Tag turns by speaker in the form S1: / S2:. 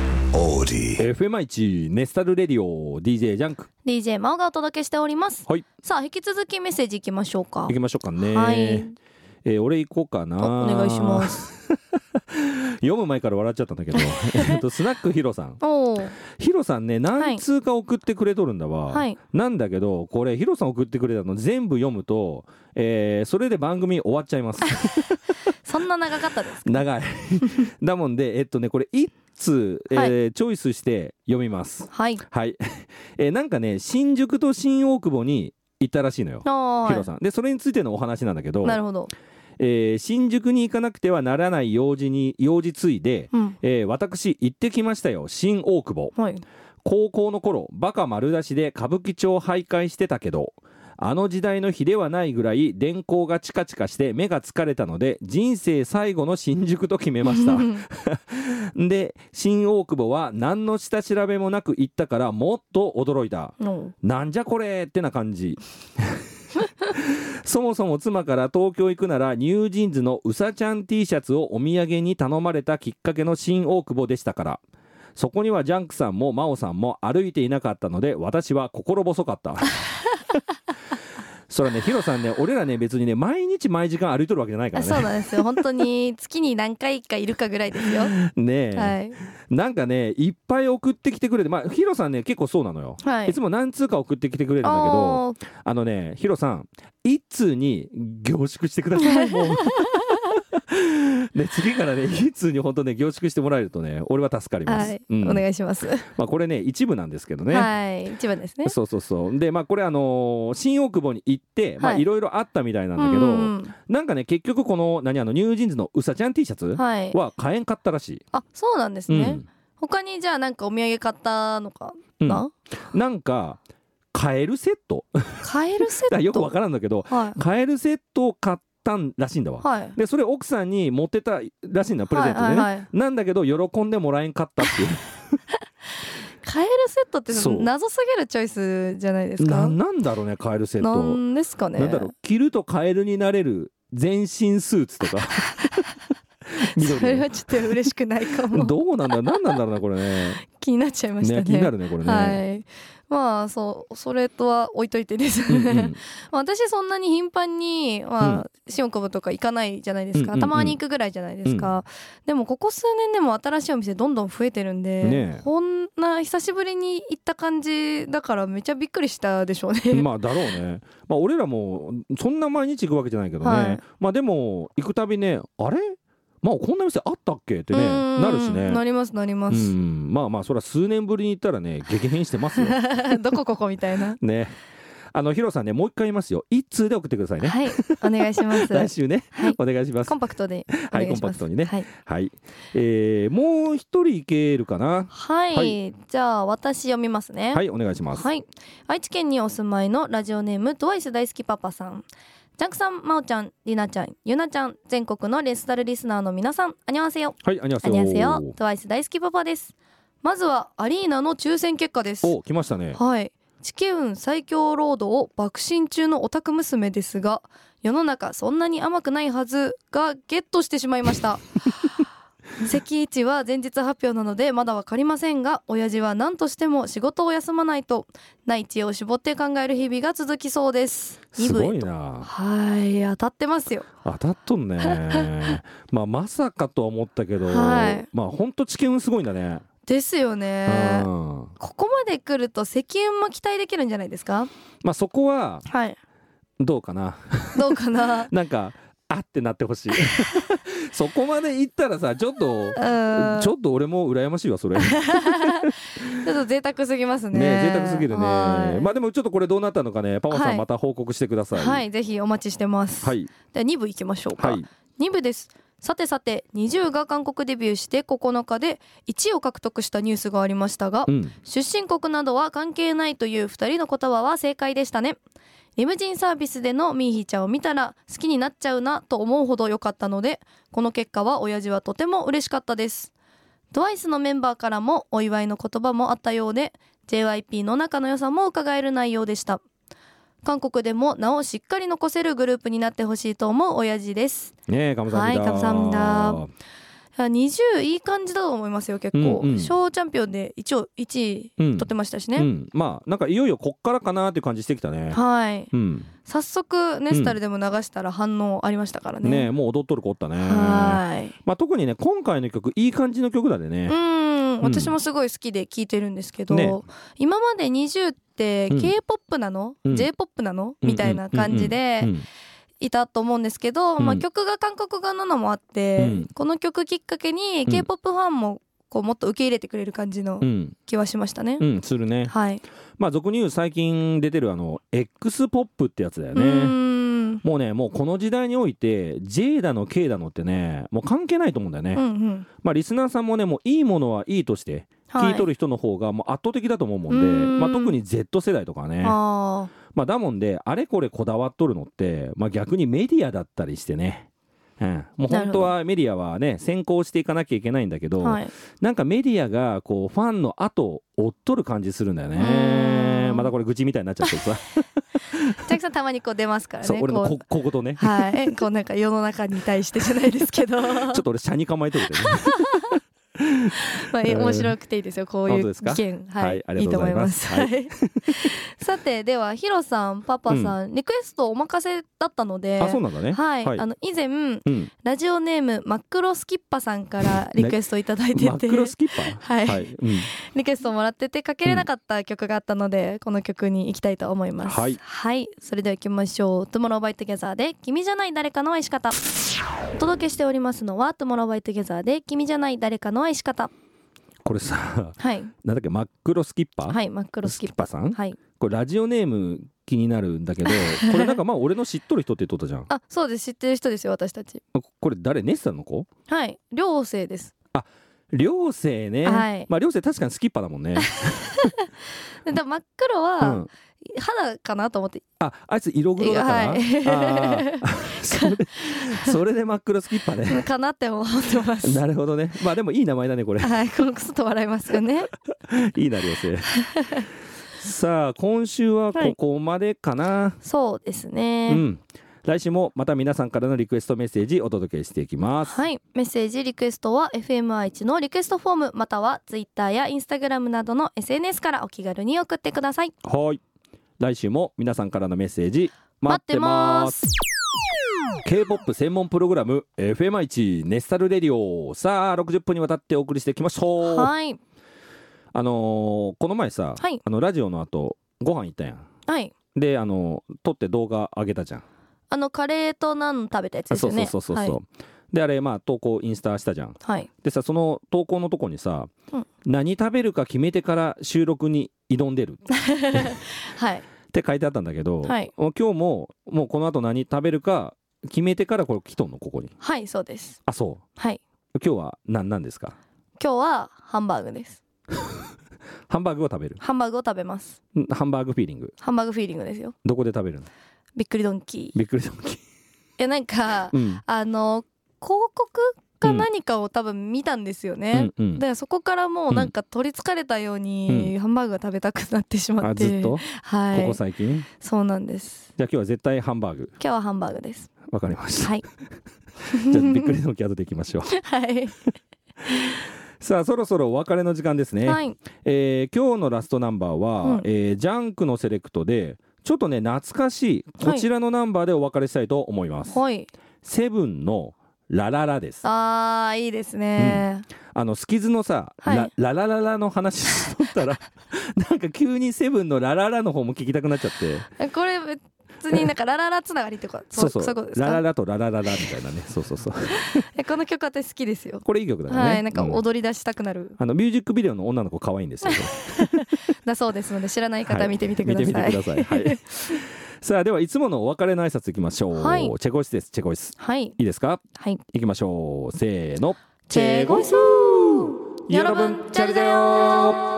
S1: ディ
S2: FM1 ネスタルレディオ DJ ジャンク
S3: DJ 真央がお届けしております
S2: はい
S3: さあ引き続きメッセージいきましょうか
S2: 行きましょうかね、
S3: はい
S2: えー俺行こうかな
S3: あお願いします
S2: 読む前から笑っちゃったんだ けどえっとスナックヒロさん
S3: おお
S2: ヒロさんね
S3: は
S2: 何
S3: い
S2: 通か送ってくれとるんだわ、
S3: はい
S2: なんだけどこれヒロさん送ってくれたの全部読むと、えーそれで番組終わっちゃい ます
S3: そんな長かったです
S2: 長いだもんでえっとねこれ一通、えーチョイスして読みます
S3: はい
S2: はい、えーなんかね新宿と新大久保に行ったらしいのよ
S3: あ
S2: ヒロさんでそれについてのお話なんだけど
S3: ーなるほど
S2: えー新宿に行かなくてはならない用事に用事ついで、
S3: うん
S2: えー私行ってきましたよ新大久保
S3: はい
S2: 高校の頃バカ丸出しで歌舞伎町徘徊してたけどあの時代の比ではないぐらい電光がチカチカして目が疲れたので人生最後の新宿と決めました で新大久保は何の下調べもなく行ったからもっと驚いた
S3: お
S2: なんじゃこれってな感じ そもそも妻から東京行くならニュージーンズのうさちゃん T シャツをお土産に頼まれたきっかけの新大久保でしたからそこにはジャンクさんも真央さんも歩いていなかったので私は心細かった そらねヒロさんね俺らね別にね毎日毎時間歩いとるわけじゃないか
S3: あ
S2: ら
S3: そう
S2: ね
S3: なんですよ本当に月に何回かいるかぐらいですよ
S2: ね え、
S3: はい
S2: なんかねいっぱい送ってきてくれてまあヒロさんね結構そうなのよ、
S3: はい
S2: いつも何通か送ってきてくれるんだけど
S3: おー
S2: あのね、ヒロさん、一通に凝縮してくだ さい、もう。ね、次からね、一通に本当ね、凝縮してもらえるとね、俺は助かります。
S3: はい、
S2: うん
S3: お願いします、
S2: まあ、これね、一部なんですけどね。
S3: はい一番ですね
S2: そうそうそうでまあこれあのー新大久保に行ってまあ
S3: はい
S2: いろいろあったみたいなんだけど、
S3: うんうん
S2: なんかね結局この何あのニュージーンズのうさちゃん T シャツ
S3: はい
S2: は買えんかったらしい、
S3: あそうなんです
S2: う
S3: ね、
S2: ん
S3: 他にじゃあなんかお土産買ったのか
S2: うん
S3: な、
S2: なんか買えるセット
S3: カエルセット
S2: よくわからんだけど
S3: は
S2: 買えるセットを買ったんらしいんだわ
S3: いはい
S2: でそれ奥さんに持ってたらしいんだプレゼントでね、
S3: はいはいはい
S2: なんだけど喜んでもらえんかったって い
S3: カエルセットって
S2: そう
S3: 謎すぎるチョイスじゃないです
S2: うな
S3: か
S2: なんだろうねカエルセッ
S3: な
S2: ト、
S3: んですかね
S2: なんだろう着るとカエルになれる全身スーツとか 緑
S3: それ
S2: の
S3: はちょっと嬉しくないか も
S2: どうなんだ何なんだろうなこ れね
S3: 気になっちゃいましたね
S2: ね気になるねこれね、
S3: はいまあそうそれとは置いといてです
S2: うん
S3: ね、
S2: うん
S3: まあ私そんなに頻繁に、まあシオンコブとか行かないじゃないで
S2: うん
S3: すか、
S2: うんうん
S3: たまに行くぐらいじゃないですか、でもここ数年でも新しいお店どんどん増えてるんで、
S2: ねえ
S3: こんな久しぶりに行った感じだからめちゃびっくりしたでしょうね、
S2: まあだろうね、まあ、俺らもそんな毎日行くわけじゃないけどね、
S3: はい
S2: まあでも行くたびねあれまあこんな店あったっけって
S3: う
S2: ね
S3: ん
S2: なるしね
S3: なりますなりま
S2: う
S3: す、
S2: んまあまあそれは数年ぶりに行ったらね激変してますよ
S3: どこここみたいな
S2: ね。あのヒロさんねもう一回言いますよ。一通で送ってくださいね。
S3: はいお願いし ます
S2: 来週ね、
S3: はい
S2: お願いします
S3: コ。ンパクトでお
S2: は
S3: 願
S2: い、コ
S3: い
S2: ン
S3: し
S2: パ
S3: ま
S2: ク
S3: す
S2: トにね。
S3: はい、
S2: はい。えー、もう一人いけるかな。
S3: はい
S2: はい
S3: じゃあ私読みますね
S2: はい、お願いします。
S3: はい愛知県にお住まいのラジオネームトワイス大好きパパさんジャンクさんまおちゃんりなちゃんゆなちゃん全国のレスタルリスナーの皆さんあにわせよ
S2: はい、ありが
S3: あ
S2: とう
S3: に
S2: ご
S3: わ
S2: ざ
S3: せ
S2: い
S3: よ
S2: ます。
S3: トワイス大好きパパですまずはアリーナの抽選結果です
S2: お、来ましたね。
S3: はい地球運最強ロードを爆心中のオタク娘ですが世の中そんなに甘くないはずがゲットしてしまいました 席一は前日発表なのでまだわかりませんが親父は何としても仕事を休まないと内地を絞って考える日々が続きそうです
S2: す
S3: 二
S2: ご
S3: 部へ
S2: い
S3: と
S2: な。
S3: はい当たってますよ
S2: 当たっと んね。まあまさかとは思ったけど、
S3: はい
S2: まあ本当知見すごいんだね。
S3: ですよね
S2: うん。
S3: ここまで来ると石運も期待できるんじゃないですか
S2: まあそこは
S3: はい
S2: どうかな。
S3: どう かな
S2: なんかあってなってほ しい。そこまで行ったらさ、ちょっと
S3: う。ーん
S2: ちょっと俺も羨ましいわそれ。
S3: ちょっと贅沢すぎますね。
S2: ね贅沢すぎるね
S3: はい
S2: まあでもちょっとこれどうなったのかねパワさ
S3: は
S2: ん
S3: い
S2: また報告してください
S3: はい、ぜひお待ちしてます。
S2: はい
S3: では2部行きましょうか。
S2: はい
S3: 2部です。さてさて、20が韓国デビューして9日で1位を獲得したニュースがありましたが
S2: う、ん
S3: 出身国などは関係ないという2人の言葉は正解でしたね。リムジンサービスでのミーヒーちゃんを見たら好きになっちゃうなと思うほど良かったので、この結果は親父はとても嬉しかったです。TWICE のメンバーからもお祝いの言葉もあったようで JYP の仲の良さも伺える内容でした韓国でも名をしっかり残せるグループになってほしいと思う親父です
S2: ねえカムサハムニダ
S3: はいカムサハムニダや20いい感じだと思いますよ結構、
S2: うんうん
S3: 小チャンピオンで一応1位
S2: うん
S3: 取ってましたし
S2: う
S3: ね、
S2: ん、まあなんかいよいよこっからかなっていう感じしてきたね。
S3: はい
S2: うん、
S3: 早速ネスタルでも流したら反応ありましたからね、
S2: ねえもう踊っとる子おったね。
S3: はい
S2: まあ特にね今回の曲いい感じの曲だでね
S3: う。ん
S2: ん
S3: 私もすごい好きで聴いてるんですけど、
S2: ね
S3: 今まで20って k
S2: うん
S3: p o p なの、
S2: うん
S3: j p o p なの、みたいな感じ
S2: うんう
S3: で
S2: ん
S3: いたと思うんですけど、
S2: うん
S3: まあ、曲が韓国語なのもあって、
S2: うん
S3: この曲きっかけに
S2: ん
S3: k p o p ファンもこうもっと受け入れてくれる感じの
S2: うんうん
S3: 気はしましたね。
S2: うんするね。
S3: はい、
S2: まあ俗に言う最近出てるあの X ポップってやつだよ
S3: う
S2: ね。
S3: ーん
S2: もうねもうこの時代において J だの K だのってねもう関係ないと思うんだよね。
S3: うんうん
S2: まあリスナーさんもねもういいものはいいとして
S3: は
S2: 聞
S3: い
S2: いとる人の方がもう圧倒的だと思うもん
S3: う
S2: で、
S3: ん
S2: まあ特に Z 世代とかはね。
S3: あ
S2: まあ、だもんであれこれこだわっとるのって、まあ、逆にメディアだったりしてね、うん、もう
S3: なる
S2: 本
S3: ほど
S2: 当はメディアはね先行していかなきゃいけないんだけ
S3: ー
S2: ど、
S3: はい、
S2: なんかメディアがこうファンの後を追っとる感じするんだよ
S3: うー
S2: ね
S3: ん
S2: またこれ愚痴みたいになっちゃうけどさ、
S3: ジャックさんたまにこう出ますからね
S2: そう俺の
S3: こ
S2: こ
S3: う
S2: こことね
S3: はいこうなんか世の中に対してじゃないですけど
S2: ちょっと俺車に構えとるけどね
S3: まあ、
S2: えー
S3: 面白くていいですよこう
S2: 本
S3: い
S2: 当
S3: う
S2: ですか
S3: 意見は
S2: はいいあ
S3: い
S2: り
S3: い
S2: が
S3: と
S2: とうござ
S3: 思い
S2: い
S3: ま
S2: ますす
S3: はい さてではヒロさんパパさん、リクエストお任せだったので
S2: あそうなんだね
S3: はい、
S2: はい
S3: あの以前
S2: うん
S3: ラジオネーム真っ黒スキッパさんからリクエストいただいて、
S2: 真って黒スキッパー
S3: はい
S2: うん
S3: リクエストもらっててかけれなかった曲があったので、この曲に行きたいと思います
S2: はい
S3: それでは行きましょう「Tomorrow by Together」で「君じゃない誰かの愛し方」お届けしておりますのは「Tomorrow by Together」で「君じゃない誰かの愛し方
S2: これさ」
S3: はい
S2: なんだっけ真っ黒スキッパー、
S3: はい真っ黒ス
S2: ス
S3: キ
S2: キッ
S3: ッパ
S2: パーさん
S3: はい
S2: これラジオネーム気になるんだけ どこれなんかまあ俺の知っとる人って言っとったじゃん
S3: あそうです知ってる人ですよ私たち
S2: これ誰ネッサンの子
S3: はい寮生です
S2: 両生ね、
S3: はい
S2: まあ両生確かにスキッパだもんね、
S3: ででも真っ黒
S2: う
S3: は
S2: ん、
S3: 肌かなと思って、
S2: ああいつ色黒だから、
S3: は
S2: あ
S3: い
S2: ーそれそれで真っ黒スキッパね
S3: かなって思ってます
S2: なるほどねまあでもいい名前だねこれ
S3: はいこのクソと笑いますよね
S2: いいな両生さあ今週はここまでかな、
S3: そうです
S2: う
S3: ね、
S2: ん来週もまた皆さんからのリクエストメッセージお届けしていきます
S3: はいメッセージリクエストは FMI1 のリクエストフォームまたは Twitter や Instagram などの SNS からお気軽に送ってください
S2: はい来週も皆さんからのメッセージ待ってます K-POP 専門プログラム FMI1 ネスタルレディオさあ60分にわたってお送りしてきましょう
S3: はい
S2: あのーこの前さ、
S3: はい
S2: あのラジオの後ご飯行ったやん
S3: はい
S2: であのー撮って動画上げたじゃん、
S3: あのカレーとナン食べたやつ
S2: あ
S3: です
S2: そ
S3: よ
S2: うそ
S3: ね
S2: うそうそうそう、であれまあ投稿インスタしたじゃん
S3: はい、はい、
S2: でさその投稿のとこにさ、
S3: うん
S2: 何食べるか決めてから収録に挑んでる
S3: はい
S2: って書いてあったんだけど、
S3: はい
S2: もう今日ももうこの後何食べるか決めてからこれ来とんのここに
S3: はいそうです
S2: あそ
S3: はいう
S2: 今日は何なんですか
S3: 今日はハンバーグです
S2: ハンバーグを食べる
S3: ハンバーグを食べます
S2: んハンバーグフィーリング
S3: ハンバーグフィーリングですよ
S2: どこで食べるの
S3: びっくりドンキーい
S2: びっくりドンキー
S3: やなんか
S2: うん
S3: あの広告か
S2: うん
S3: 何かを多分見たんですよね、
S2: うんうん
S3: だからそこからもうなんか取りつかれたように、ハンバーグが食べたくなってしま
S2: あ
S3: って
S2: ずっと、
S3: はい
S2: ここ最近
S3: そうなんです
S2: じゃあ今日は絶対ハンバーグ
S3: 今日はハンバーグです
S2: わかりました
S3: はい
S2: じゃあびっくりドンキー後でいきま しょう
S3: はい、
S2: さあそろそろお別れの時間ですね、
S3: はい、
S2: えー今日のラストナンバーは、
S3: うん
S2: えージャンクのセレクトでちょっとね懐かしいこちらのナンバーでお別れしたいと思います、
S3: ほい
S2: セブンのラララですあ
S3: あーいいですね、
S2: のスキズのさ、
S3: はい
S2: ラララララの話しとった らなんか急にセブンのラララの方も聞きたくなっちゃって
S3: これ別になん かラララつながりとか
S2: そうそう
S3: そういうことですか
S2: ラララとララララみたいなねそう そうそう
S3: えこの曲私好きですよ
S2: これいい曲だよね
S3: はいなんか
S2: う
S3: 踊り出したくなる、
S2: あのミュージックビデオの女の子可愛いんですよ。これ
S3: だそうですので知らない
S2: は
S3: 方
S2: い
S3: 見てみてください、
S2: 見てみてください。はい。さあではいつものお別れの挨拶いきましょう。
S3: はい
S2: チェコイスです。チェコイス。
S3: はい
S2: いいですか？
S3: はい
S2: いきましょう。せーの。
S3: チェゴイス
S2: 여러분잘자요